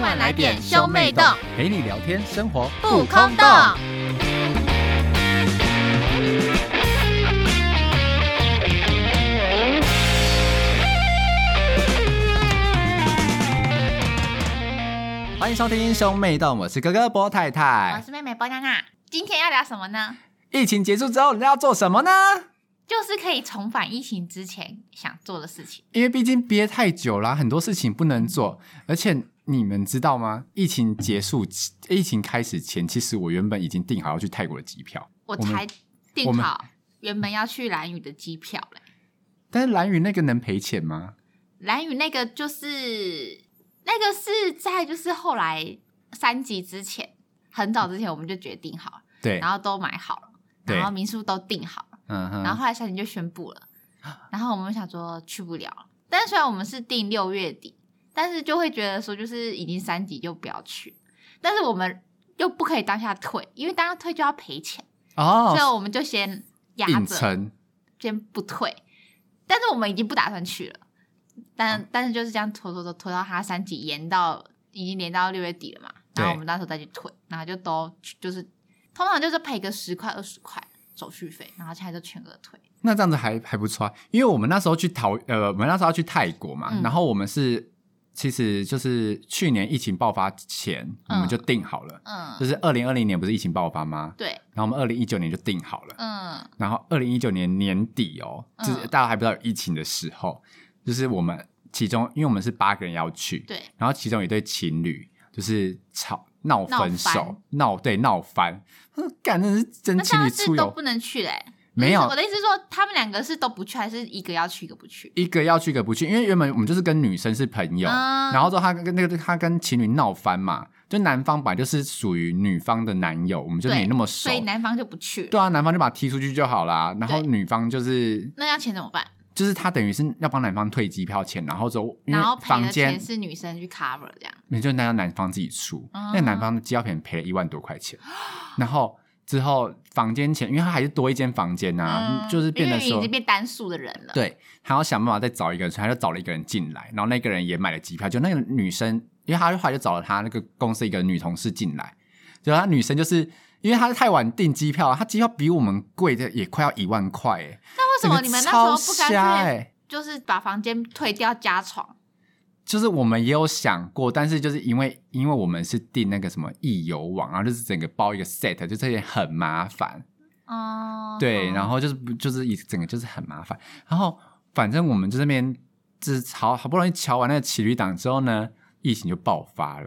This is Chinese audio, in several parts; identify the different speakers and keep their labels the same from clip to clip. Speaker 1: 快来点兄妹洞，
Speaker 2: 陪你聊天，生活
Speaker 1: 不空洞。
Speaker 2: 欢迎收听兄妹洞，我是哥哥波太
Speaker 1: 我
Speaker 2: 太。
Speaker 1: 是妹妹波娜娜，今天要聊什么呢？
Speaker 2: 疫情结束之后，人家要做什么呢？
Speaker 1: 就是可以重返疫情之前想做的事情。
Speaker 2: 因为毕竟憋太久了，很多事情不能做，而且。你们知道吗？疫情结束，疫情开始前，其实我原本已经订好要去泰国的机票，
Speaker 1: 我
Speaker 2: 我们
Speaker 1: 才
Speaker 2: 我
Speaker 1: 订
Speaker 2: 们
Speaker 1: 好原本要去蓝屿的机票嘞。
Speaker 2: 但是蓝宇那个能赔钱吗？
Speaker 1: 蓝屿那个就是那个是在就是后来三级之前，很早之前我们就决定好了，
Speaker 2: 对，
Speaker 1: 然后都买好了，
Speaker 2: 对
Speaker 1: 然后民宿都订好了，
Speaker 2: 嗯哼，
Speaker 1: 然后后来三级就宣布了，然后我们想说去不了了，但虽然我们是订六月底，但是就会觉得说就是已经三级就不要去，但是我们又不可以当下退，因为当下退就要赔钱，所以
Speaker 2: 哦，
Speaker 1: 我们就先压
Speaker 2: 影
Speaker 1: 着，
Speaker 2: 城
Speaker 1: 先不退，但是我们已经不打算去了，但、
Speaker 2: 哦
Speaker 1: 但是就是这样拖拖拖拖到它三级延到已经延到六月底了嘛，
Speaker 2: 对
Speaker 1: 然后我们到时候再去退，然后就都就是通常就是赔个十块二十块手续费，然后现在就全额退，
Speaker 2: 那这样子还还不错、啊，因为我们那时候去桃，呃，我们那时候要去泰国嘛，
Speaker 1: 嗯
Speaker 2: 然后我们是其实就是去年疫情爆发前，我们就定好了，就
Speaker 1: 嗯，
Speaker 2: 是二零二零年不是疫情爆发吗？
Speaker 1: 对，
Speaker 2: 然后我们二零一九年就定好了，
Speaker 1: 嗯
Speaker 2: 然后二零一九年年底哦，
Speaker 1: 嗯
Speaker 2: 就是大家还不知道有疫情的时候，就是我们其中，因为我们是八个人要去，
Speaker 1: 对，
Speaker 2: 然后其中有一对情侣就是吵闹分手，闹对闹翻，干那是真
Speaker 1: 那这
Speaker 2: 情
Speaker 1: 样
Speaker 2: 侣
Speaker 1: 是
Speaker 2: 出
Speaker 1: 都
Speaker 2: 游，
Speaker 1: 不能去嘞、
Speaker 2: 没有
Speaker 1: 我的意思是说，他们两个是都不去，还是一个要去一个不去？
Speaker 2: 一个要去，一个不去，因为原本我们就是跟女生是朋友，
Speaker 1: 啊
Speaker 2: 然后之后他跟那个他跟情侣闹翻嘛，就男方本来就是属于女方的男友，我们就
Speaker 1: 对
Speaker 2: 没那么熟
Speaker 1: 所，以男方就不去了，
Speaker 2: 对啊，男方就把他踢出去就好啦，然后
Speaker 1: 对
Speaker 2: 女方就是
Speaker 1: 那要钱怎么办？
Speaker 2: 就是他等于是要帮男方退机票钱，然后之后因为
Speaker 1: 然后赔
Speaker 2: 房
Speaker 1: 的钱
Speaker 2: 间
Speaker 1: 是女生去 cover 这样，
Speaker 2: 没就那要男方自己出，
Speaker 1: 啊
Speaker 2: 那男方的机票钱赔了一万多块钱，然后之后房间钱，因为他还是多一间房间呐、
Speaker 1: 嗯
Speaker 2: 啊就是变
Speaker 1: 因
Speaker 2: 得
Speaker 1: 为已
Speaker 2: 说
Speaker 1: 经变单数的人了。
Speaker 2: 对，他要想办法再找一个人出来，他就找了一个人进来，然后那个人也买了机票，就那个女生，因为他后来就找了他那个公司一个女同事进来，就他女生就是因为她太晚订机票了，她机票比我们贵的也快要一万块哎、欸，
Speaker 1: 那为什么
Speaker 2: 整个
Speaker 1: 你们那时
Speaker 2: 超
Speaker 1: 候不干
Speaker 2: 瞎
Speaker 1: 脆
Speaker 2: 欸
Speaker 1: 就是把房间退掉加床？
Speaker 2: 就是我们也有想过，但是就是因为因为我们是订那个什么易游网，然后就是整个包一个 set，就这也很麻烦，
Speaker 1: 哦、
Speaker 2: 对，然
Speaker 1: 后
Speaker 2: 后就是不就是一整个就是很麻烦。然后反正我们就这边就是好好不容易瞧完那个骑驴党之后呢，疫情就爆发了。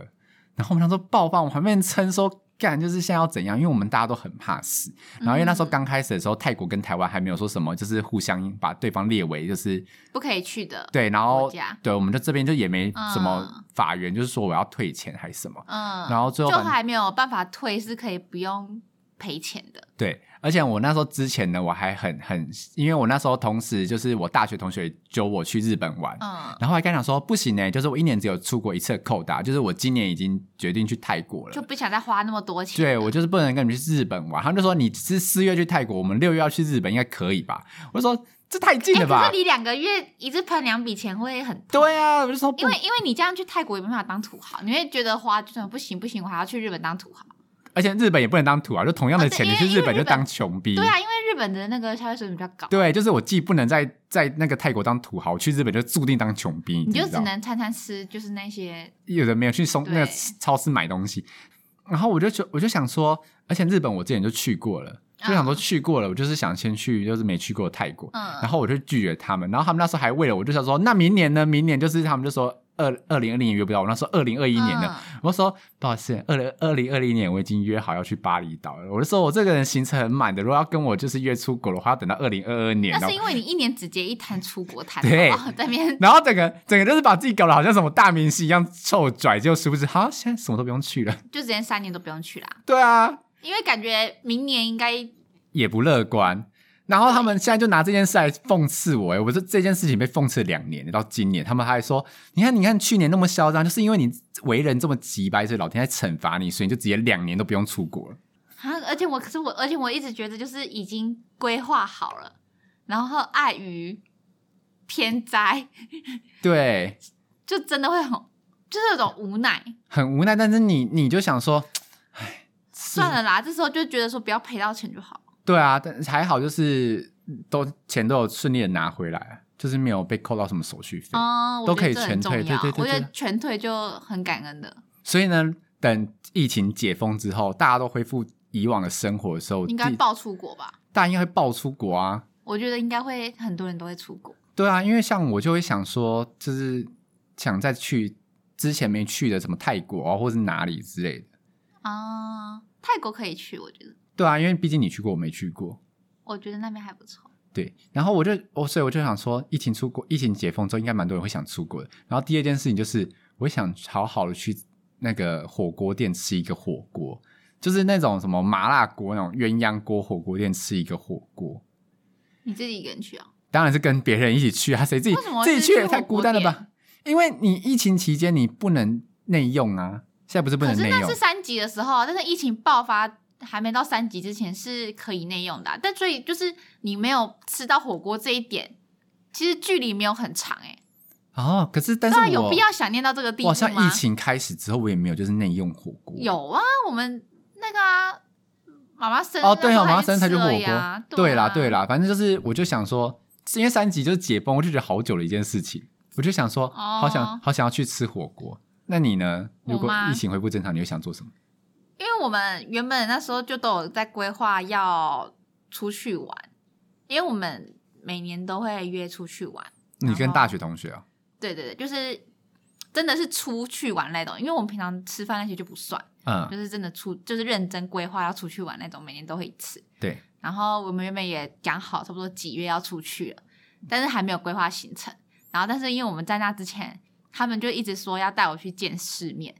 Speaker 2: 然后我们想说爆发，我们还没撑说干，就是现在要怎样？因为我们大家都很怕死。然后因为那
Speaker 1: 嗯
Speaker 2: 时候刚开始的时候，泰国跟台湾还没有说什么，就是互相把对方列为就是
Speaker 1: 不可以去的，，
Speaker 2: 对，然后
Speaker 1: 国家
Speaker 2: 对，我们就这边就也没什么
Speaker 1: 嗯
Speaker 2: 法源，就是说我要退钱还是什么。
Speaker 1: 嗯，
Speaker 2: 然后最后
Speaker 1: 就
Speaker 2: 反
Speaker 1: 还没有办法退，是可以不用赔钱的。
Speaker 2: 对，而且我那时候之前呢，我还很很，因为我那时候同时就是我大学同学揪我去日本玩，
Speaker 1: 嗯，
Speaker 2: 然后还跟他讲说不行呢、欸就是我一年只有出国一次的扣打，就是我今年已经决定去泰国
Speaker 1: 就
Speaker 2: 了。
Speaker 1: 不想再花那么多钱。
Speaker 2: 对，我就是不能跟你们去日本玩。他们就说你是四月去泰国，我们六月要去日本，应该可以吧？我就说这太近
Speaker 1: 哎、
Speaker 2: 了
Speaker 1: 可
Speaker 2: 吧？
Speaker 1: 是你两个月一次喷两笔钱会很痛，
Speaker 2: 对啊，我就说
Speaker 1: 因
Speaker 2: 不
Speaker 1: 为因为你这样去泰国也没办法当土豪，你会觉得花就算不行不行，我还要去日本当土豪。
Speaker 2: 而且日本也不能当土啊，就同样的
Speaker 1: 哦对
Speaker 2: 钱，你
Speaker 1: 因
Speaker 2: 去
Speaker 1: 为
Speaker 2: 日
Speaker 1: 因
Speaker 2: 本
Speaker 1: 为
Speaker 2: 就
Speaker 1: 日本
Speaker 2: 当穷逼。
Speaker 1: 对啊，因为日本的那个消费水平比较高，
Speaker 2: 对，就是我既不能在在那个泰国当土豪，去日本就注定当穷逼，
Speaker 1: 你就
Speaker 2: 知
Speaker 1: 只
Speaker 2: 道吗
Speaker 1: 能餐餐吃就是那些
Speaker 2: 有的没有去松
Speaker 1: 对
Speaker 2: 那个超市买东西。然后我就觉我就想说，而且日本我之前就去过了，就想说去过了，我就是想先去就是没去过的泰国，
Speaker 1: 嗯
Speaker 2: 然后我就拒绝他们，然后他们那时候还为了我就想说，那明年呢？明年就是他们就说。二二零二零年约不到，我那时候二零二一年的，
Speaker 1: 嗯
Speaker 2: 我就说不好意思，二零二零二零年我已经约好要去巴厘岛了。我就说我这个人行程很满的，如果要跟我就是约出国的话，要等到二零二二年
Speaker 1: 那
Speaker 2: 哦
Speaker 1: 是。因为你一年只接一摊出国摊，
Speaker 2: 对
Speaker 1: 然后在那边
Speaker 2: 然后整个整个就是把自己搞得好像什么大明星一样臭拽，结果殊不知，好，现在什么都不用去了。
Speaker 1: 就直接三年都不用去啦，
Speaker 2: 对啊，
Speaker 1: 因为感觉明年应该
Speaker 2: 也不乐观。然后他们现在就拿这件事来讽刺我，哎，我这这件事情被讽刺两年，到今年，他们还说，你看，你看，去年那么嚣张，就是因为你为人这么急白，所以老天在惩罚你，所以你就直接两年都不用出国了。
Speaker 1: 啊，而且我可是我，而且我一直觉得就是已经规划好了，然后碍于天灾，
Speaker 2: 对，
Speaker 1: 就真的会很就是有种无奈，
Speaker 2: 很无奈。但是你你就想说，哎，是
Speaker 1: 算了啦，这时候就觉得说不要赔到钱就好。
Speaker 2: 对啊，但还好就是都钱都有顺利的拿回来，就是没有被扣到什么手续费。
Speaker 1: 嗯，我
Speaker 2: 都
Speaker 1: 觉
Speaker 2: 可
Speaker 1: 得
Speaker 2: 以
Speaker 1: 这
Speaker 2: 全
Speaker 1: 很重
Speaker 2: 退对
Speaker 1: 要
Speaker 2: 对对
Speaker 1: 我觉
Speaker 2: 对
Speaker 1: 得全退就很感恩的，
Speaker 2: 所以呢，等疫情解封之后，大家都恢复以往的生活的时候，
Speaker 1: 应该
Speaker 2: 第
Speaker 1: 报出国吧？
Speaker 2: 大家应该会爆出国啊。
Speaker 1: 我觉得应该会很多人都会出国。
Speaker 2: 对啊，因为像我就会想说，就是想再去之前没去的什么泰国啊，或是哪里之类的。
Speaker 1: 啊、泰国可以去，我觉得，
Speaker 2: 对啊，因为毕竟你去过，我没去过。
Speaker 1: 我觉得那边还不错。
Speaker 2: 对，然后我就我所以我就想说，疫情出国，疫情解封之后，应该蛮多人会想出国的。然后第二件事情就是，我想好好的去那个火锅店吃一个火锅，就是那种什么麻辣锅那种鸳鸯锅火锅店吃一个火锅。
Speaker 1: 你自己一个人去啊？
Speaker 2: 当然是跟别人一起去啊，谁自己
Speaker 1: 为什么
Speaker 2: 自己
Speaker 1: 哦是
Speaker 2: 去也
Speaker 1: 去
Speaker 2: 太
Speaker 1: 火
Speaker 2: 孤
Speaker 1: 锅
Speaker 2: 单了
Speaker 1: 店
Speaker 2: 吧？因为你疫情期间你不能内用啊，现在不是不
Speaker 1: 可
Speaker 2: 能
Speaker 1: 是
Speaker 2: 内
Speaker 1: 那
Speaker 2: 用
Speaker 1: 是，三级的时候啊，但是疫情爆发还没到三级之前是可以内用的啊、但所以就是你没有吃到火锅这一点，其实距离没有很长哎、
Speaker 2: 哦，可是但
Speaker 1: 欸，
Speaker 2: 是
Speaker 1: 对啊，
Speaker 2: 我
Speaker 1: 有必要想念到这个地步
Speaker 2: 我好
Speaker 1: 吗？
Speaker 2: 像疫情开始之后，我也没有就是内用火锅，
Speaker 1: 有啊，我们那个啊，妈妈生
Speaker 2: 哦，对哦，马上生
Speaker 1: 生
Speaker 2: 才去
Speaker 1: 就
Speaker 2: 火
Speaker 1: 吃而已啊
Speaker 2: 锅，对啦对
Speaker 1: 啦，
Speaker 2: 啦，反正就是我就想说，因为三级就是解封，我就觉得好久的一件事情，我就想说，
Speaker 1: 哦
Speaker 2: 好想好想要去吃火锅。那你呢？
Speaker 1: 我
Speaker 2: 如果
Speaker 1: 吗
Speaker 2: 疫情恢复正常，你会想做什么？
Speaker 1: 因为我们原本那时候就都有在规划要出去玩，因为我们每年都会约出去玩。
Speaker 2: 你跟
Speaker 1: 然后
Speaker 2: 大学同学啊？
Speaker 1: 对对对，就是真的是出去玩那种，因为我们平常吃饭那些就不算，就
Speaker 2: 嗯，
Speaker 1: 是真的出就是认真规划要出去玩那种，每年都会一次。
Speaker 2: 对，
Speaker 1: 然后我们原本也讲好差不多几月要出去了，但是还没有规划行程。然后但是因为我们在那之前，他们就一直说要带我去见世面，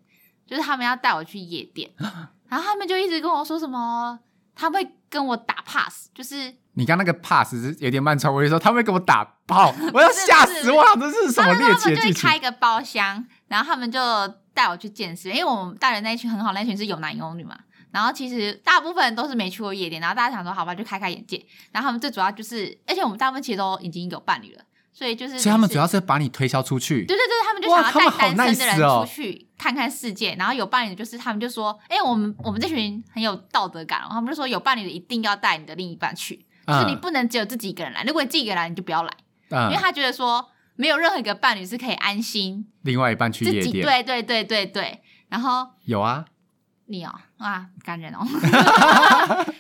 Speaker 1: 就是他们要带我去夜店，然后他们就一直跟我说什么，他们会跟我打 pass，就是
Speaker 2: 你刚那个 pass 是有点慢传，我就说他们会给我打爆，我要吓
Speaker 1: 不
Speaker 2: 死
Speaker 1: 是
Speaker 2: 我！这是什
Speaker 1: 他
Speaker 2: 么
Speaker 1: 们
Speaker 2: 猎
Speaker 1: 他
Speaker 2: 奇
Speaker 1: 们就
Speaker 2: 的剧
Speaker 1: 会
Speaker 2: 情
Speaker 1: 开？一个包厢，然后他们就带我去见识，因为我们大人那一群很好，那一群是有男有女嘛。然后其实大部分人都是没去过夜店，然后大家想说好吧，就开开眼界。然后他们最主要就是，而且我们大部分其实都已经有伴侣了，所以就是
Speaker 2: 所以他们主
Speaker 1: 要
Speaker 2: 要是把你推销出去。
Speaker 1: 对对对，他们就
Speaker 2: 哇
Speaker 1: 想要
Speaker 2: 他们好
Speaker 1: 带单身的
Speaker 2: nice
Speaker 1: 人
Speaker 2: 哦
Speaker 1: 出去看看世界。然后有伴侣的就是他们就说，哎、我们我们这群很有道德感、哦，他们就说有伴侣的一定要带你的另一半去，就是你
Speaker 2: 嗯
Speaker 1: 不能只有自己一个人来，如果你自己一个人来，你就不要来。因为
Speaker 2: 嗯，
Speaker 1: 他觉得说没有任何一个伴侣是可以安心
Speaker 2: 另外一半去
Speaker 1: 自
Speaker 2: 夜
Speaker 1: 己，
Speaker 2: 店
Speaker 1: 对对对对对。然后
Speaker 2: 有啊，
Speaker 1: 你哦，啊，感人哦。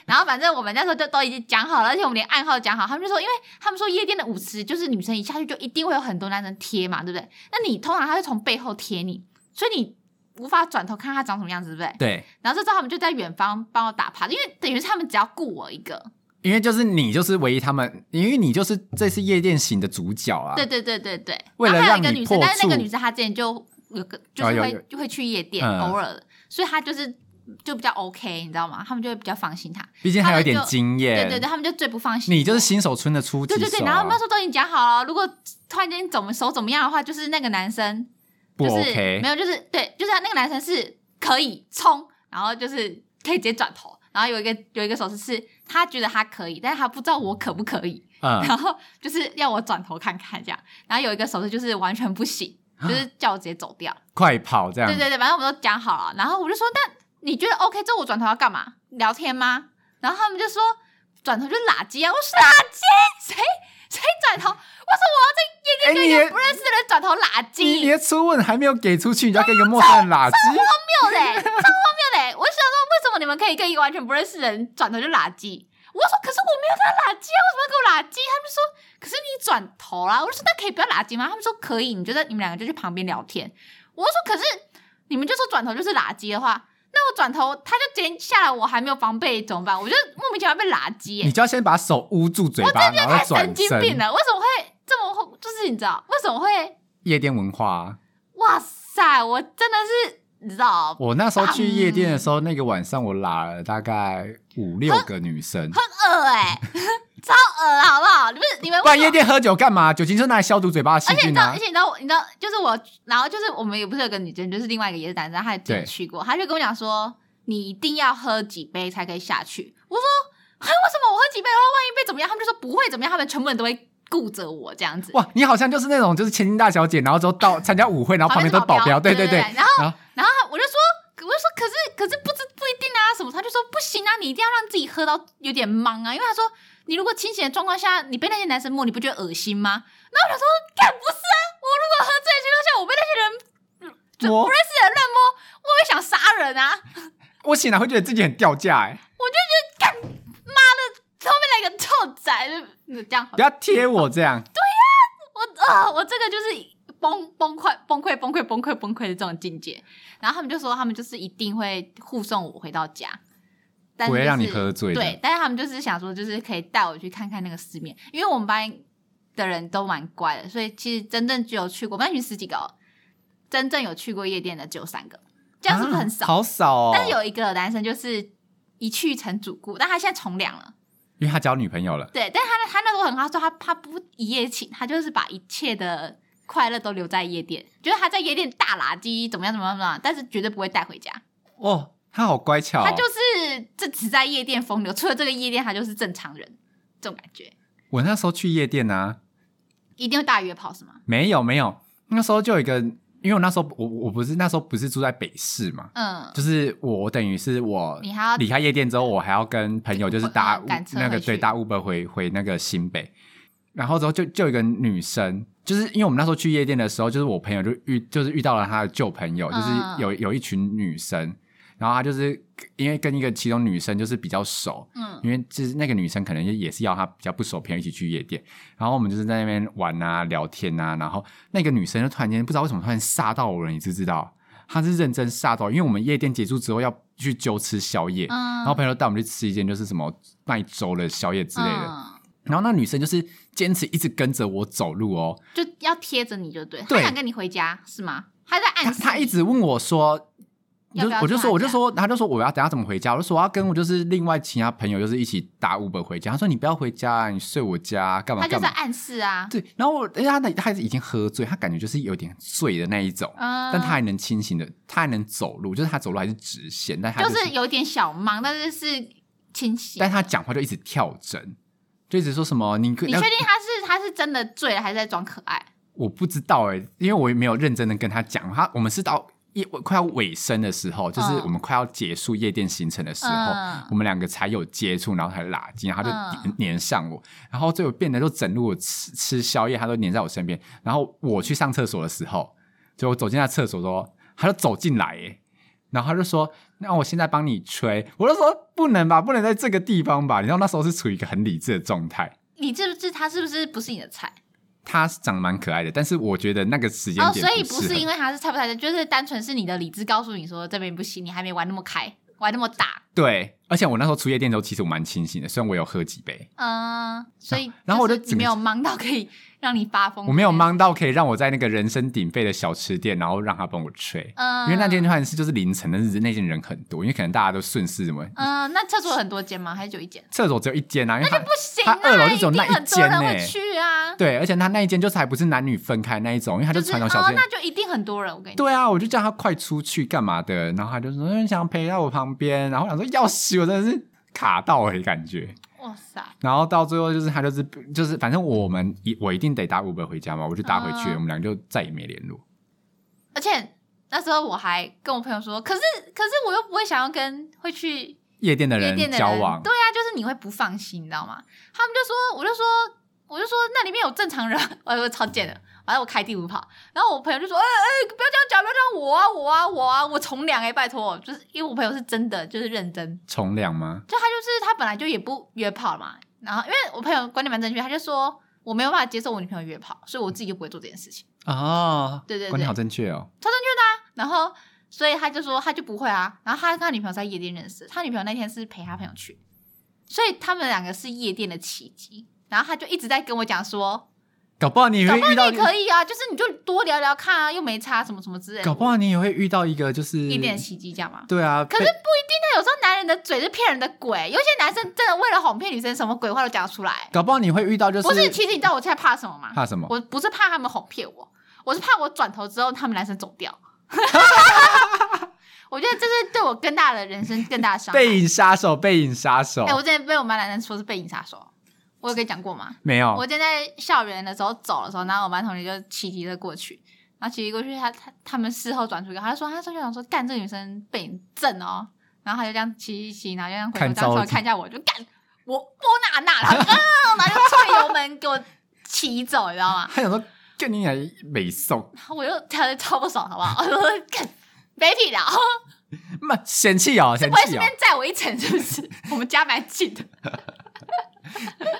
Speaker 1: 然后反正我们那时候就都已经讲好了，而且我们连暗号讲好。他们就说，因为他们说夜店的舞池就是女生一下去就一定会有很多男生贴嘛，对不对？那你通常他会从背后贴你，所以你无法转头看他长什么样子，对不对？
Speaker 2: 对，
Speaker 1: 然后这时候他们就在远方帮我打趴，因为等于是他们只要顾我一个。
Speaker 2: 因为就是你就是唯一他们，因为你就是这次夜店型的主角啊。
Speaker 1: 对对对对对。
Speaker 2: 为了
Speaker 1: 然后还有
Speaker 2: 让
Speaker 1: 一个
Speaker 2: 你
Speaker 1: 女生，
Speaker 2: 破
Speaker 1: 但是那个
Speaker 2: 处
Speaker 1: 女生她之前就有个就
Speaker 2: 哦
Speaker 1: 是
Speaker 2: 有
Speaker 1: 会、
Speaker 2: 有
Speaker 1: 就会去夜店、
Speaker 2: 嗯
Speaker 1: 偶尔的，所以她就是就比较 OK，你知道吗？他们就会比较放心她。
Speaker 2: 毕竟还有一点
Speaker 1: 他们就
Speaker 2: 经验。
Speaker 1: 对对对，他们就最不放心我。
Speaker 2: 你就是新手村的初级手
Speaker 1: 对
Speaker 2: 啊、
Speaker 1: 对对，然后那时候都已经讲好了，如果突然间怎么手怎么样的话，就是那个男生
Speaker 2: 不
Speaker 1: 就是
Speaker 2: OK，
Speaker 1: 没有，就是对，就是那个男生是可以冲，然后就是可以直接转头，然后有一个有一个手势是他觉得他可以，但是他不知道我可不可以，
Speaker 2: 嗯，
Speaker 1: 然后就是要我转头看看这样，然后有一个手势就是完全不行，就是叫我直接走掉。
Speaker 2: 快跑啊这样。
Speaker 1: 对对对，反正我们都讲好了。然后我就说，那你觉得 OK？这我转头要干嘛？聊天吗？然后他们就说，转头就垃圾啊！我说垃圾，谁谁转头？我说我要在夜
Speaker 2: 哎
Speaker 1: 店跟
Speaker 2: 你
Speaker 1: 一
Speaker 2: 也
Speaker 1: 个不认识的人转头垃
Speaker 2: 你你
Speaker 1: 圾，
Speaker 2: 的初吻还没有给出去，你就要跟一
Speaker 1: 哦
Speaker 2: 个陌生人垃圾，
Speaker 1: 谬嘞，欸超荒谬嘞！我就想说，为什么你们可以跟一个完全不认识的人转头就垃圾？我说，可是我没有跟他垃圾啊，为什么要给我垃圾？他们就说，可是你转头啦。我就说，那可以不要垃圾吗？他们说可以，你觉得你们两个就去旁边聊天。我就说，可是你们就说转头就是垃圾的话，那我转头他就直接下来，我还没有防备怎么办？我就莫名其妙被垃圾、欸，
Speaker 2: 你就要先把手捂住嘴巴，然后
Speaker 1: 太
Speaker 2: 再
Speaker 1: 神
Speaker 2: 转
Speaker 1: 经病
Speaker 2: 身。
Speaker 1: 了！为什么会这么会？就是你知道为什么会？
Speaker 2: 夜店文化啊、
Speaker 1: 哇塞，我真的是你知道
Speaker 2: 我那时候去夜店的时候，那个晚上我拉了大概五六个女生。
Speaker 1: 很恶哎、超恶好不好？你们你们
Speaker 2: 不然
Speaker 1: 为什
Speaker 2: 夜
Speaker 1: 么
Speaker 2: 店喝酒干嘛？酒精就拿来消毒嘴巴的细
Speaker 1: 而且你
Speaker 2: 菌
Speaker 1: 知道，
Speaker 2: 啊
Speaker 1: 而！且你知道，你知道，就是我，然后就是我们也不是有个女生，就是另外一个也是男生，他也自己
Speaker 2: 对
Speaker 1: 去过，他就跟我讲说，你一定要喝几杯才可以下去。我说，哎，为什么我喝几杯的话，万一被怎么样？他们就说不会怎么样，他们全部人都会顾着我这样子。
Speaker 2: 哇，你好像就是那种就是千金大小姐，然后之后到参加舞会，然后旁边都是保镖，对
Speaker 1: 对
Speaker 2: 对。
Speaker 1: 然后
Speaker 2: 然后
Speaker 1: 然后我就说，我就说，可是可是不知不一定啊，什么？他就说不行啊，你一定要让自己喝到有点懵啊，因为他说你如果清醒的状况下，你被那些男生摸，你不觉得恶心吗？然后我就说，干不是啊，我如果喝醉的情况下，我被那些人就
Speaker 2: 摸
Speaker 1: 不认识的人乱摸，我会想杀人啊！
Speaker 2: 我醒来会觉得自己很掉价哎、
Speaker 1: 后面来个臭仔，就嗯这样好
Speaker 2: 不。要贴我这样。
Speaker 1: 我啊、我这个就是崩崩溃、崩溃、崩溃、崩溃、崩溃的这种境界。然后他们就说，他们就是一定会护送我回到家，但是、就
Speaker 2: 不会
Speaker 1: 是、
Speaker 2: 让你喝醉的
Speaker 1: 对，但是他们就是想说，就是可以带我去看看那个世面，因为我们班的人都蛮乖的，所以其实真正只有去过，我们班群十几个哦，真正有去过夜店的只有三个，这样是不是很少？
Speaker 2: 啊好少哦。
Speaker 1: 但是有一个男生就是一去成主顾，但他现在从良了。
Speaker 2: 因为他交女朋友了，
Speaker 1: 对，但是他他那时候很好，他说他他不一夜情，他就是把一切的快乐都留在夜店，就是他在夜店大垃圾怎么样怎么样怎么样，但是绝对不会带回家。
Speaker 2: 哦，他好乖巧、哦。
Speaker 1: 他就是这只在夜店风流，除了这个夜店，他就是正常人，这种感觉
Speaker 2: 我那时候去夜店啊，
Speaker 1: 一定会大约炮是吗？
Speaker 2: 没有没有，那时候就有一个，因为我那时候我我不是那时候不是住在北市嘛，
Speaker 1: 嗯，
Speaker 2: 就是我等于是我
Speaker 1: 你还要
Speaker 2: 离开夜店之后，我还要跟朋友就是搭
Speaker 1: 嗯赶车
Speaker 2: 那个
Speaker 1: 回去
Speaker 2: 对搭 Uber 回回那个新北，然后之后就就有一个女生，就是因为我们那时候去夜店的时候，就是我朋友就遇就是遇到了她的旧朋友，就是
Speaker 1: 嗯
Speaker 2: 有有一群女生，然后她就是因为跟一个其中女生就是比较熟，
Speaker 1: 嗯
Speaker 2: 因为就是那个女生可能也是要她比较不熟的朋友一起去夜店，然后我们就是在那边玩啊、聊天啊，然后那个女生就突然间不知道为什么突然吓到我了，你知不知道？她是认真吓到，因为我们夜店结束之后要去揪吃宵夜，
Speaker 1: 嗯，
Speaker 2: 然后朋友带我们去吃一间就是什么卖粥的宵夜之类的，
Speaker 1: 嗯
Speaker 2: 然后那女生就是坚持一直跟着我走路哦，
Speaker 1: 就要贴着你就对，
Speaker 2: 对
Speaker 1: 他想跟你回家是吗？他在暗
Speaker 2: 她
Speaker 1: 示
Speaker 2: 她
Speaker 1: 你
Speaker 2: 一直问我说。
Speaker 1: 要
Speaker 2: 就
Speaker 1: 不要
Speaker 2: 我就
Speaker 1: 去她
Speaker 2: 说，我就
Speaker 1: 家
Speaker 2: 说，她就说我要等下怎么回家，我就说我要跟我就是另外其他朋友就是一起打 Uber 回家。她说你不要回家啊，你睡我家啊干嘛
Speaker 1: 他就
Speaker 2: 干
Speaker 1: 在
Speaker 2: 嘛。
Speaker 1: 暗示啊，
Speaker 2: 对，然后我，而且他的他已经喝醉，他感觉就是有点醉的那一种，
Speaker 1: 嗯，
Speaker 2: 但他还能清醒的，他还能走路，就是他走路还是直线，但他、、
Speaker 1: 就是是有点小忙，但是是清晰。
Speaker 2: 但他讲话就一直跳针，就一直说什么你可
Speaker 1: 你确定他是他是真的醉了，还是在装可爱？
Speaker 2: 我不知道哎、因为我也没有认真的跟他讲，他我们是到夜我快要尾声的时候，就是
Speaker 1: 嗯
Speaker 2: 我们快要结束夜店行程的时候，
Speaker 1: 嗯
Speaker 2: 我们两个才有接触，然后才拉近，然后他就
Speaker 1: 嗯
Speaker 2: 黏黏上我，然后最后变得就整路我吃吃宵夜，他都黏在我身边，然后我去上厕所的时候，就我走进他厕所的时候，他就走进来哎、然后他就说：“那我现在帮你吹。”我就说：“不能吧，不能在这个地方吧。”你知道那时候是处于一个很理智的状态，
Speaker 1: 你知不知他是不是不是你的菜？
Speaker 2: 他长得蛮可爱的，但是我觉得那个时间
Speaker 1: 哦，
Speaker 2: 点
Speaker 1: 所以不
Speaker 2: 不
Speaker 1: 是
Speaker 2: 适合
Speaker 1: 因为他是菜不菜的，就是单纯是你的理智告诉你说这边不行，你还没玩那么开，玩那么大，
Speaker 2: 对，而且我那时候出夜店的时候，其实我蛮清醒的，虽然我有喝几杯，
Speaker 1: 嗯，所以
Speaker 2: 啊然后我就
Speaker 1: 就是
Speaker 2: 整
Speaker 1: 你没
Speaker 2: 个
Speaker 1: 有忙到可以让你发疯，
Speaker 2: 我没有，忙到可以让我在那个人声鼎沸的小吃店，然后让他帮我吹。
Speaker 1: 嗯，
Speaker 2: 因为那天突然是就是凌晨，但是那间人很多，因为可能大家都顺势什么，
Speaker 1: 嗯，那厕所有很多间吗？还是就一间？
Speaker 2: 厕所只有一间啊，因为他
Speaker 1: 不行啊，
Speaker 2: 他二楼就只有那
Speaker 1: 一定很
Speaker 2: 一间
Speaker 1: 多
Speaker 2: 欸
Speaker 1: 人
Speaker 2: 呢
Speaker 1: 会去啊，
Speaker 2: 对，而且他那一间就是还不是男女分开那一种，因为他
Speaker 1: 就是
Speaker 2: 传统小吃
Speaker 1: 哦，
Speaker 2: 店。
Speaker 1: 那就一定很多人，我跟你讲，
Speaker 2: 哎对啊，我就叫他快出去干嘛的，然后他就说嗯想陪在我旁边，然后我想说要死，我真的是卡到哎、感觉。
Speaker 1: 哇塞，
Speaker 2: 然后到最后就是他就是就是，反正我们一我一定得打 Uber 回家嘛，我就打回去，
Speaker 1: 嗯
Speaker 2: 我们俩就再也没联络。
Speaker 1: 而且那时候我还跟我朋友说，可是可是我又不会想要跟会去
Speaker 2: 夜店的
Speaker 1: 夜
Speaker 2: 人
Speaker 1: 店的人
Speaker 2: 交往，
Speaker 1: 对啊，就是你会不放心，你知道吗？他们就说，我就说，我就说那里面有正常人， 我我超贱的，反正我开第五跑，然后我朋友就说，哎、哎、不要这样讲，不要这样，我啊我啊我啊，我从良哎、拜托，就是因为我朋友是真的就是认真，
Speaker 2: 从良吗？
Speaker 1: 就他就是他本来就也不约炮嘛，然后因为我朋友观点蛮正确，他就说我没有办法接受我女朋友约炮，所以我自己就不会做这件事情。
Speaker 2: 哦，
Speaker 1: 对对对
Speaker 2: 观点好正确哦。
Speaker 1: 然后所以他就说他就不会啊。然后他跟他女朋友在夜店认识，他女朋友那天是陪他朋友去，所以他们两个是夜店的奇迹。然后他就一直在跟我讲说，
Speaker 2: 搞不好你也
Speaker 1: 搞
Speaker 2: 会
Speaker 1: 不好
Speaker 2: 遇到
Speaker 1: 你，也可以啊，就是你就多聊聊看啊，又没差什么什么之类的。
Speaker 2: 搞不好嗯你也会遇到一个就是
Speaker 1: 夜店的奇迹，这样吗？
Speaker 2: 对啊，
Speaker 1: 可是
Speaker 2: 被
Speaker 1: 那有时候男人的嘴是骗人的鬼，有些男生真的为了哄骗女生，什么鬼话都讲得出来。
Speaker 2: 搞不好你会遇到就
Speaker 1: 不是，其实你知道我现在怕什么吗？
Speaker 2: 怕什么？
Speaker 1: 我不是怕他们哄骗我，我是怕我转头之后他们男生走掉。我觉得这是对我更大的人生更大的伤害。
Speaker 2: 背影杀手，背影杀手
Speaker 1: 哎、，我之前被我们班男生说是背影杀手，我我有跟你讲过吗？
Speaker 2: 没有，
Speaker 1: 我今天在校园的时候走的时候，然后我们班同学就骑机车过去，然后骑机过去，他他他们事后转出一个，他就说他就想说干这个女生被你震哦，然后他就这样骑骑骑，然后就这样回头
Speaker 2: 看
Speaker 1: 这样稍
Speaker 2: 照
Speaker 1: 微
Speaker 2: 镜
Speaker 1: 看一下我，就干我波娜娜，然后就嗯，然后就踹油门给我骑走，你知道吗？
Speaker 2: 他想说跟你还美送，
Speaker 1: 然后我又他就超不爽，好不 好？我说干没品的，
Speaker 2: 哦妈嫌弃哦，嫌
Speaker 1: 不会
Speaker 2: 弃
Speaker 1: 顺
Speaker 2: 哦。
Speaker 1: 便载 我一程是不 是？我们家蛮近的，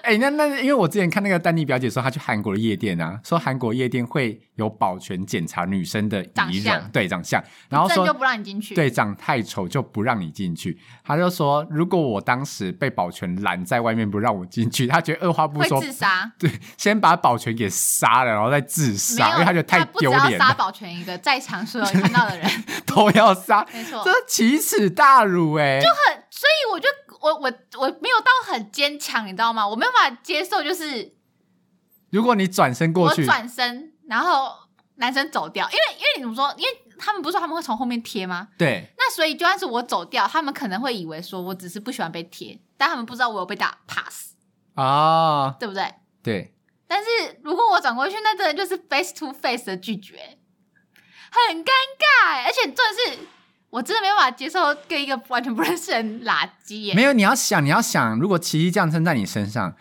Speaker 2: 哎、那那因为我之前看那个丹妮表姐说，她去韩国的夜店啊，说韩国夜店会有保全检查女生的
Speaker 1: 长
Speaker 2: 仪容，
Speaker 1: 相
Speaker 2: 对长相，然后
Speaker 1: 这
Speaker 2: 说
Speaker 1: 就不让你进去。
Speaker 2: 对，长太丑就不让你进去。他就说，如果我当时被保全拦在外面不让我进去，他觉得二话不
Speaker 1: 会
Speaker 2: 说，
Speaker 1: 自杀。
Speaker 2: 对，先把保全给杀了，然后再自
Speaker 1: 没
Speaker 2: 杀，因
Speaker 1: 有，
Speaker 2: 为他觉得太
Speaker 1: 不只
Speaker 2: 丢
Speaker 1: 要
Speaker 2: 脸
Speaker 1: 杀
Speaker 2: 了，
Speaker 1: 保全一个，在场所有看到的人，
Speaker 2: 都要杀，
Speaker 1: 没错。
Speaker 2: 这奇耻大辱哎、
Speaker 1: 很，所以我就我我我没有到很坚强，你知道吗？我没有办法接受，就是
Speaker 2: 如果你转身过
Speaker 1: 我
Speaker 2: 去，
Speaker 1: 转身，然后男生走掉，因为因为你怎么说？因为他们不是说他们会从后面贴吗？
Speaker 2: 对，
Speaker 1: 那所以就算是我走掉，他们可能会以为说我只是不喜欢被贴，但他们不知道我有被打 pass，
Speaker 2: 啊，
Speaker 1: 对不对？
Speaker 2: 对，
Speaker 1: 但是如果我转过去，那真的就是 face to face 的拒绝，很尴尬，而且真的是我真的没办法接受跟一个完全不认识的人垃圾耶。
Speaker 2: 没有，你要想，你要想，如果奇迹降生在你身上，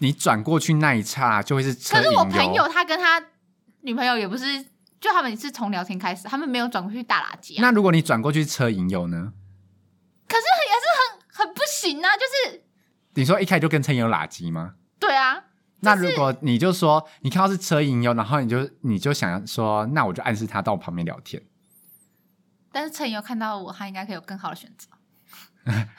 Speaker 2: 你转过去那一刹就会是车
Speaker 1: 可是我
Speaker 2: 引
Speaker 1: 朋
Speaker 2: 流
Speaker 1: 友他跟他女朋友也不是，就他们是从聊天开始，他们没有转过去大垃圾啊，
Speaker 2: 那如果你转过去车引友呢？
Speaker 1: 很不行啊，就是
Speaker 2: 你说一开始就跟车引友拉鸡吗？
Speaker 1: 对啊，
Speaker 2: 那如果你就说你看到是车引友，然后你就你就想说，那我就暗示他到我旁边聊天。
Speaker 1: 但是陈友看到我，他应该可以有更好的选择。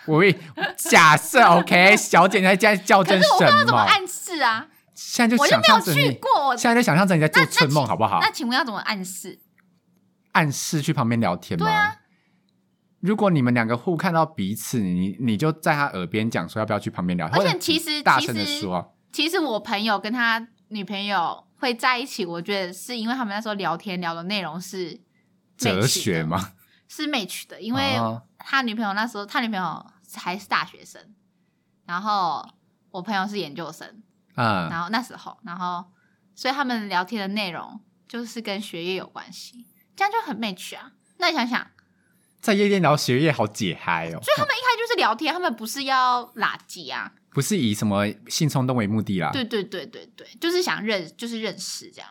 Speaker 2: 我会假设 OK，小姐你在家较
Speaker 1: 可
Speaker 2: 真
Speaker 1: 是我不知道
Speaker 2: 什
Speaker 1: 怎么
Speaker 2: 么？
Speaker 1: 暗示啊，
Speaker 2: 现在就
Speaker 1: 我就
Speaker 2: 想
Speaker 1: 没
Speaker 2: 象
Speaker 1: 有
Speaker 2: 着
Speaker 1: 去
Speaker 2: 你，
Speaker 1: 过。我
Speaker 2: 现在就想象着你在做
Speaker 1: 那那
Speaker 2: 春梦，
Speaker 1: 请
Speaker 2: 好不好
Speaker 1: 那？请问要怎么暗示？
Speaker 2: 暗示去旁边聊天吗？
Speaker 1: 对啊
Speaker 2: 如果你们两个互看到彼此，你你就在他耳边讲说要不要去旁边聊，
Speaker 1: 而
Speaker 2: 或
Speaker 1: 且
Speaker 2: 者
Speaker 1: 其实
Speaker 2: 大
Speaker 1: 其
Speaker 2: 声的
Speaker 1: 实
Speaker 2: 说，
Speaker 1: 其实我朋友跟他女朋友会在一起，我觉得是因为他们那时候聊天聊的内容是 match
Speaker 2: 哲
Speaker 1: 的
Speaker 2: 学，嘛，
Speaker 1: 是 match 的，因为
Speaker 2: 哦
Speaker 1: 他女朋友那时候他女朋友还是大学生，然后我朋友是研究生，
Speaker 2: 嗯，
Speaker 1: 然后那时候，然后所以他们聊天的内容就是跟学业有关系，这样就很 match 啊。那你想想，
Speaker 2: 在夜店聊学业好解嗨哦，
Speaker 1: 所以他们一开始就是聊天，他们不是要拉圾啊，
Speaker 2: 不是以什么性冲动为目的啦，
Speaker 1: 对对对对对，就是想认，就是认识这样。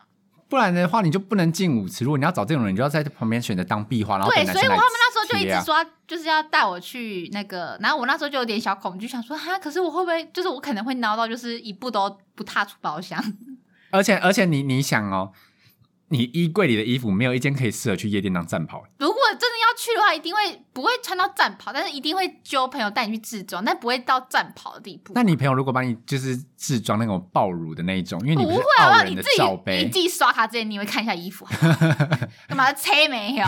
Speaker 2: 不然的话你就不能进舞池。如果你要找这种人，你就要在旁边选择当壁花，然后
Speaker 1: 对，
Speaker 2: 等男
Speaker 1: 所以
Speaker 2: 生
Speaker 1: 我
Speaker 2: 来
Speaker 1: 他们那时候就一
Speaker 2: 贴啊
Speaker 1: 直说要，就是要带我去那个，然后我那时候就有点小恐惧，想说哈，可是我会不会，就是我可能会挠到，就是一步都不踏出包厢。
Speaker 2: 而且而且你你想哦，你衣柜里的衣服没有一件可以适合去夜店当战袍，
Speaker 1: 如果真的要去的话，一定会不会穿到战袍，但是一定会揪朋友带你去自装，但不会到战袍的地步。
Speaker 2: 那你朋友如果把你就是制装那种暴乳的那一种，因为你
Speaker 1: 不
Speaker 2: 不是
Speaker 1: 会好不
Speaker 2: 傲
Speaker 1: 好？
Speaker 2: 人
Speaker 1: 你
Speaker 2: 的
Speaker 1: 自己
Speaker 2: 罩
Speaker 1: 你
Speaker 2: 杯
Speaker 1: 自，己刷卡之前，你会看一下衣服好不好，干嘛吹没有？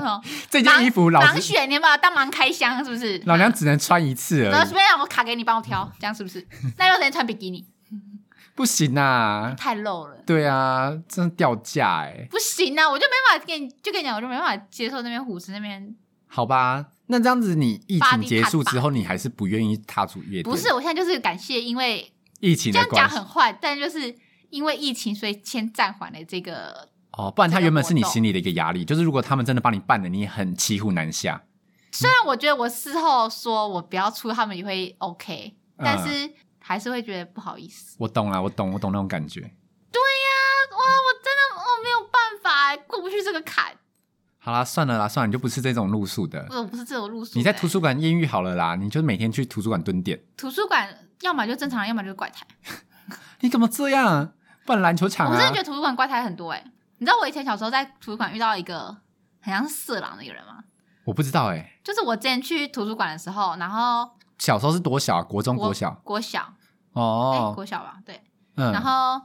Speaker 2: 这件衣服老
Speaker 1: 盲
Speaker 2: 子
Speaker 1: 选，你要把它当盲开箱是不是？
Speaker 2: 老娘只能穿一次
Speaker 1: 然后
Speaker 2: 而
Speaker 1: 随
Speaker 2: 已，
Speaker 1: 便让我卡给你，帮我挑，这样是不是？那段时间穿比基尼
Speaker 2: 不行啊！
Speaker 1: 太露了。
Speaker 2: 对啊，真的掉价哎、
Speaker 1: 不行啊，我就没办法跟你，就跟你讲，我就没办法接受那边虎池那边。
Speaker 2: 好吧，那这样子你疫情
Speaker 1: Body
Speaker 2: 结束之后，你还是不愿意踏足夜店？
Speaker 1: 不是，我现在就是感谢，因为
Speaker 2: 疫情
Speaker 1: 这
Speaker 2: 的
Speaker 1: 样
Speaker 2: 关
Speaker 1: 讲
Speaker 2: 系
Speaker 1: 很坏，但就是因为疫情，所以先暂缓了这个。
Speaker 2: 哦，不然他
Speaker 1: 这个
Speaker 2: 原本是你
Speaker 1: 活动
Speaker 2: 心里的一个压力，就是如果他们真的帮你办了，你也很骑虎难下。
Speaker 1: 虽然我觉得我事后说我不要出，他们也会 OK，
Speaker 2: 嗯
Speaker 1: 但是还是会觉得不好意思。
Speaker 2: 我懂了，啊我懂，我懂那种感觉。
Speaker 1: 哇，我真的我没有办法过不去这个坎，
Speaker 2: 好啦，算了啦，算了，你就不是这种路数的。
Speaker 1: 我不是这种路数的欸。
Speaker 2: 你在图书馆艳遇好了啦，你就每天去图书馆蹲点。
Speaker 1: 图书馆，要么就正常人，要么就是怪胎。
Speaker 2: 你怎么这样？办篮球场
Speaker 1: 我真的
Speaker 2: 啊
Speaker 1: 觉？得图书馆怪胎很多哎、你知道我以前小时候在图书馆遇到一个很像色狼的一个人吗？
Speaker 2: 我不知道哎、
Speaker 1: 就是我之前去图书馆的时候，然后
Speaker 2: 小时候是多小啊？国中、
Speaker 1: 国
Speaker 2: 国小
Speaker 1: 国小，哎、
Speaker 2: 哦，
Speaker 1: 国小吧，对。
Speaker 2: 嗯，
Speaker 1: 然后，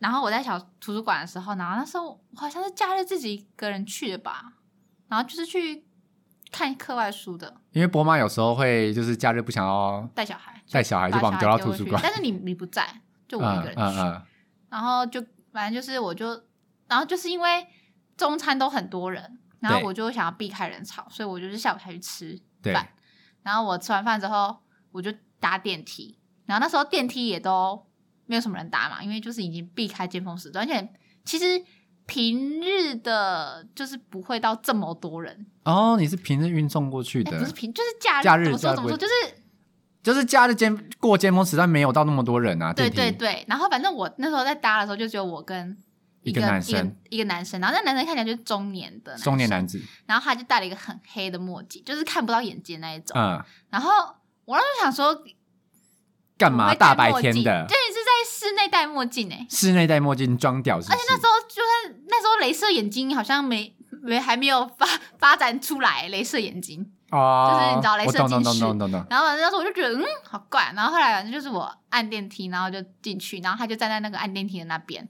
Speaker 1: 然后我在小图书馆的时候，然后那时候我好像是假日自己一个人去的吧，然后就是去看课外书的，
Speaker 2: 因为波妈有时候会就是假日不想要
Speaker 1: 带小孩，
Speaker 2: 带小孩，就
Speaker 1: 把
Speaker 2: 把我们丢到
Speaker 1: 丢
Speaker 2: 图
Speaker 1: 过
Speaker 2: 书
Speaker 1: 去
Speaker 2: 馆。
Speaker 1: 但是你你不在，就我一个人去。
Speaker 2: 嗯，
Speaker 1: 然后就反正就是我就，然后就是因为中餐都很多人，然后
Speaker 2: 对
Speaker 1: 我就想要避开人潮，所以我就是下午才去吃
Speaker 2: 对，
Speaker 1: 饭。然后我吃完饭之后，我就搭电梯，然后那时候电梯也都没有什么人打嘛，因为就是已经避开尖峰时段，而且其实平日的就是不会到这么多人，
Speaker 2: 哦，你是平日运送过去
Speaker 1: 哎、
Speaker 2: 的，
Speaker 1: 不是平就是假日，
Speaker 2: 假日
Speaker 1: 怎么
Speaker 2: 假
Speaker 1: 说
Speaker 2: 日
Speaker 1: 怎么说，
Speaker 2: 不
Speaker 1: 就是
Speaker 2: 就是假日尖过尖峰时段没有到那么多人啊，
Speaker 1: 对
Speaker 2: 电
Speaker 1: 对
Speaker 2: 梯
Speaker 1: 对。然后反正我那时候在搭的时候，就只有我跟
Speaker 2: 一
Speaker 1: 个
Speaker 2: 个男生
Speaker 1: 一个一个男生，然后那男生看起来就是中年的
Speaker 2: 中年
Speaker 1: 生
Speaker 2: 男子，
Speaker 1: 然后他就戴了一个很黑的墨镜，就是看不到眼睛那一种。
Speaker 2: 嗯，
Speaker 1: 然后我那时候想说，
Speaker 2: 干嘛大白天
Speaker 1: 怎么会戴墨
Speaker 2: 的
Speaker 1: 镜？对，是在室内戴墨镜哎、
Speaker 2: 室内戴墨镜装屌是不
Speaker 1: 而
Speaker 2: 是？
Speaker 1: 且那时候就算那时候，镭射眼睛好像没没还没有发发展出来，镭射眼睛。
Speaker 2: 哦，
Speaker 1: 就是你知道镭射
Speaker 2: 我懂懂
Speaker 1: 近
Speaker 2: 懂
Speaker 1: 视
Speaker 2: 懂懂懂，
Speaker 1: 然后反正那时候我就觉得嗯好怪，然后后来反正就是我按电梯，然后就进去，然后他就站在那个按电梯的那边，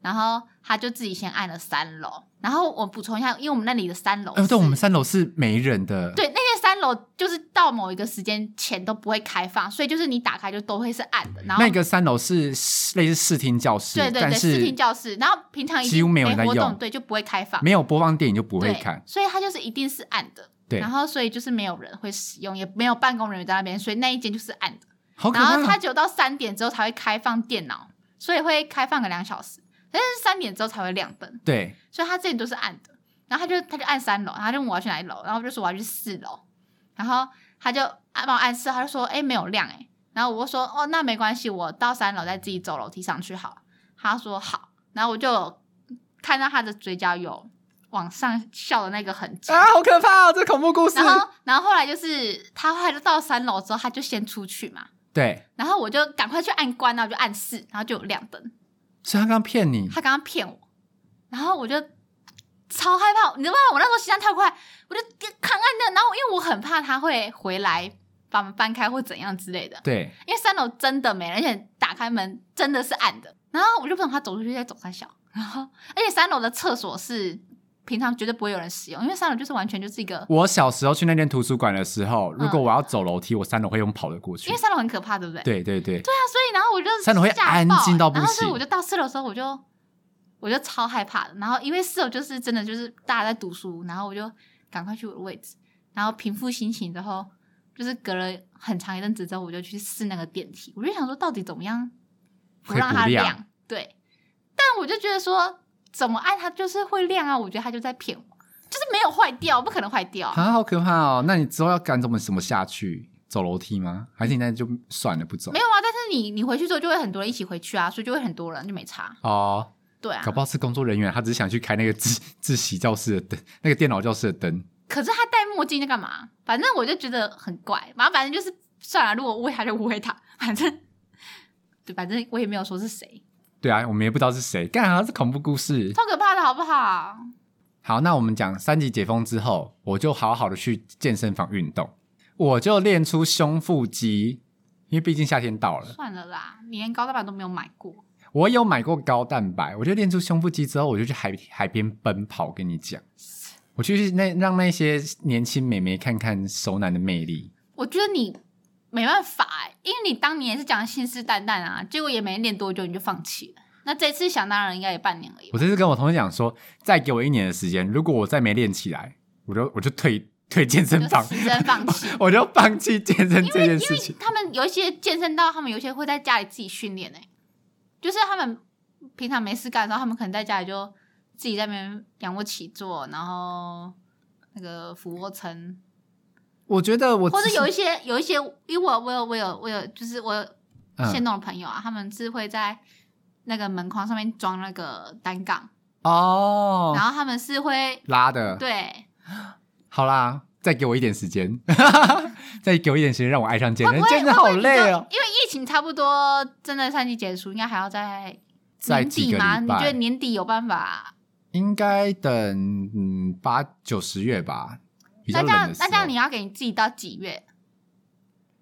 Speaker 1: 然后他就自己先按了三楼。然后我补充一下，因为我们那里的三哦楼是，
Speaker 2: 呃，对，我们三楼是没人的，
Speaker 1: 对，那些三楼就是到某一个时间前都不会开放，所以就是你打开就都会是暗的。然后
Speaker 2: 那个三楼是室类似视听教室，
Speaker 1: 对对
Speaker 2: 但
Speaker 1: 对，视听
Speaker 2: 是
Speaker 1: 教室，然后平常一定
Speaker 2: 几乎没有人在
Speaker 1: 活动，
Speaker 2: 用
Speaker 1: 对，就不会开放，
Speaker 2: 没有播放电影就不会
Speaker 1: 对，
Speaker 2: 看。
Speaker 1: 所以它就是一定是暗的。
Speaker 2: 对
Speaker 1: 然后所以就是没有人会使用，也没有办公人员在那边，所以那一间就是暗的。
Speaker 2: 好可
Speaker 1: 然
Speaker 2: 怕！
Speaker 1: 后它只有到三点之后才会开放电脑，所以会开放个两小时，但是三点之后才会亮灯，
Speaker 2: 对，
Speaker 1: 所以它这里都是暗的。然后他就他就按三楼，然后他就问我要去哪一楼，然后我就说我要去四楼，然后他就按帮我按四，他就说哎没有亮哎、然后我就说哦那没关系，我到三楼再自己走楼梯上去好了。他说好，然后我就看到他的嘴角有往上笑的那个痕迹，
Speaker 2: 啊，好可怕哦！这恐怖故事
Speaker 1: 然，后然后后来就是他后来就到三楼之后，他就先出去嘛，
Speaker 2: 对，
Speaker 1: 然后我就赶快去按关，然后我就按四，然后就有亮灯。
Speaker 2: 所以他刚刚骗你，
Speaker 1: 他刚刚骗我，然后我就超害怕，你知道吗？我那时候心脏跳快，我就扛按那，然后因为我很怕他会回来把门搬开或怎样之类的，
Speaker 2: 对，
Speaker 1: 因为三楼真的没人，而且打开门真的是暗的。然后我就不懂他走出去在走三小，然后而且三楼的厕所是平常绝对不会有人使用，因为三楼就是完全就是一个，
Speaker 2: 我小时候去那间图书馆的时候，如果
Speaker 1: 嗯
Speaker 2: 我要走楼梯，我三楼会用跑的过去
Speaker 1: 因为。三楼很可怕，对不对？
Speaker 2: 对对对，
Speaker 1: 对啊，所以然后我就
Speaker 2: 三楼会
Speaker 1: 吓爆
Speaker 2: 安静到不
Speaker 1: 然后所以
Speaker 2: 行
Speaker 1: 我就到四楼的时候，我就我就超害怕的。然后因为四楼就是真的就是大家在读书，然后我就赶快去我的位置，然后平复心情之后，就是隔了很长一阵子之后，我就去试那个电梯，我就想说到底怎么样不
Speaker 2: 会
Speaker 1: 让
Speaker 2: 不
Speaker 1: 它
Speaker 2: 亮
Speaker 1: 亮？对，但我就觉得说怎么按它就是会亮啊，我觉得它就在骗我，就是没有坏掉，不可能坏掉啊。
Speaker 2: 啊，好可怕哦！那你之后要赶怎么怎么下去？走楼梯吗？还是你那就算了不走
Speaker 1: 没？有啊，但是你你回去之后就会很多人一起回去啊，所以就会很多人就没差，
Speaker 2: 哦，
Speaker 1: 对啊
Speaker 2: 搞。不好是工作人员，他只是想去开那个自 自习教室的灯，那个电脑教室的灯。
Speaker 1: 可是他戴墨镜在干嘛？反正我就觉得很怪，然后反正就是算了，如果误会他就误会他，反正 对，反正我也没有说是谁，
Speaker 2: 对啊，我们也不知道是谁，干啥是恐怖故事。
Speaker 1: 超可怕的好不好？
Speaker 2: 好，那我们讲三级解封之后，我就好好的去健身房运动，我就练出胸腹肌，因为毕竟夏天到了。
Speaker 1: 算了啦，你连高蛋白都没有买过，
Speaker 2: 我有买过高蛋白，我就练出胸腹肌之后，我就去海海边奔跑。我跟你讲，我去那让那些年轻美眉看看熟男的魅力。
Speaker 1: 我觉得你没办法哎、因为你当年也是讲信誓旦旦啊，结果也没练多久你就放弃了。那这次想当然应该也半年而已吧
Speaker 2: 我，这次跟我同事讲说，再给我一年的时间，如果我再没练起来，我就我就退退健身
Speaker 1: 就
Speaker 2: 房，
Speaker 1: 死真放弃。
Speaker 2: 我就放弃健身这件事情。
Speaker 1: 他们有一些健身到，他们有一些会在家里自己训练诶，就是他们平常没事干的时候，他们可能在家里就自己在那边仰卧起坐，然后那个俯卧撑，
Speaker 2: 我觉得我
Speaker 1: 或者
Speaker 2: 自己
Speaker 1: 有一些有一些，因为我我有我有我有，就是我有
Speaker 2: 嗯
Speaker 1: 线动的朋友啊，他们是会在那个门框上面装那个单杠，
Speaker 2: 哦
Speaker 1: 然后他们是会
Speaker 2: 拉的，
Speaker 1: 对，
Speaker 2: 好啦，再给我一点时间， 再给我一点时间让我爱上健
Speaker 1: 会
Speaker 2: 身
Speaker 1: 不，会
Speaker 2: 健身好累哦。
Speaker 1: 因为疫情差不多，真的三级结束，应该还要在
Speaker 2: 再
Speaker 1: 年
Speaker 2: 几
Speaker 1: 底
Speaker 2: 个
Speaker 1: 吗？
Speaker 2: 礼
Speaker 1: 你觉得
Speaker 2: 拜，
Speaker 1: 年底有办法？
Speaker 2: 应该等嗯八九十月吧，比较
Speaker 1: 那这
Speaker 2: 冷
Speaker 1: 样
Speaker 2: 的，时
Speaker 1: 那这样
Speaker 2: 候
Speaker 1: 你。要给你自己到几月？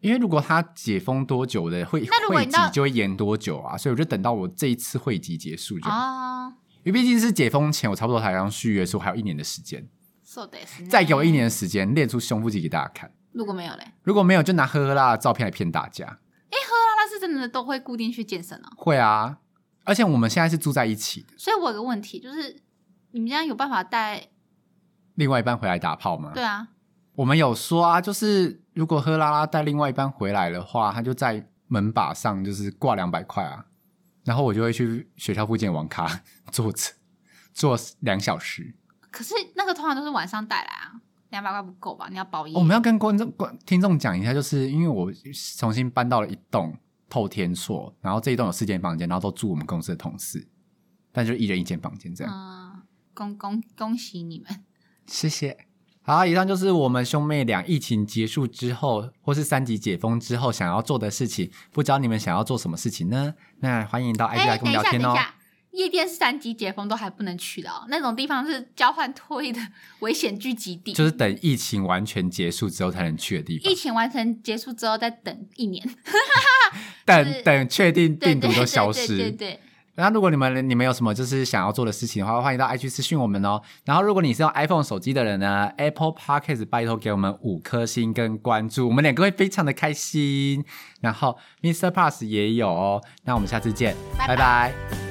Speaker 2: 因为如果它解封多久的会
Speaker 1: 那如果
Speaker 2: 会
Speaker 1: 你
Speaker 2: 集
Speaker 1: 到
Speaker 2: 就会延多久啊，所以我就等到我这一次会集结束就好，
Speaker 1: 哦，
Speaker 2: 因为毕竟是解封前，我差不多才刚续约，所以我还有一年的时间，
Speaker 1: so this
Speaker 2: 再给我一。年的时间练出胸腹肌给大家看。
Speaker 1: 如果没有嘞，哎
Speaker 2: 如果没有，就拿呵呵啦的照片来骗大家。，
Speaker 1: 大家是真的都会固定去健身哦。
Speaker 2: 会啊，而且我们现在是住在一起的，
Speaker 1: 所以我有个问题就是，你们这样有办法带？
Speaker 2: 另外一半回来打炮吗？
Speaker 1: 对啊，
Speaker 2: 我们有说啊，就是如果喝拉拉带另外一半回来的话，他就在门把上就是挂两百块啊，然后我就会去学校附近的网咖坐着坐两小时。
Speaker 1: 可是那个通常都是晚上带来啊，两百块不够吧？你要包夜。
Speaker 2: 我们要跟观众、观听众讲一下，就是因为我重新搬到了一栋透天厝，然后这一栋有四间房间，然后都住我们公司的同事，但就一人一间房间这样。
Speaker 1: 嗯，恭恭恭喜你们！
Speaker 2: 谢谢。好，以上就是我们兄妹俩疫情结束之后，或是三级解封之后想要做的事情。不知道你们想要做什么事情呢？那欢迎到 IG 来跟
Speaker 1: 哎等一
Speaker 2: 我们聊
Speaker 1: 下，等
Speaker 2: 天哦
Speaker 1: 一。下，夜店是三级解封都还不能去的哦，那种地方是交换脱离的危险聚集地。
Speaker 2: 就是等疫情完全结束之后才能去的地
Speaker 1: 疫
Speaker 2: 方，
Speaker 1: 情完成结束之后再等一年，
Speaker 2: 等等确定
Speaker 1: 对
Speaker 2: 病毒都消
Speaker 1: 对
Speaker 2: 失。
Speaker 1: 对对对对
Speaker 2: 那如果你们你们有什么就是想要做的事情的话，欢迎到 IG 私讯我们哦。然后如果你是用 iPhone 手机的人呢，Apple Podcast 拜托给我们五颗星跟关注，我们两个会非常的开心。然后 Mr. Pass 也有哦。那我们下次见，
Speaker 1: 拜拜
Speaker 2: 拜拜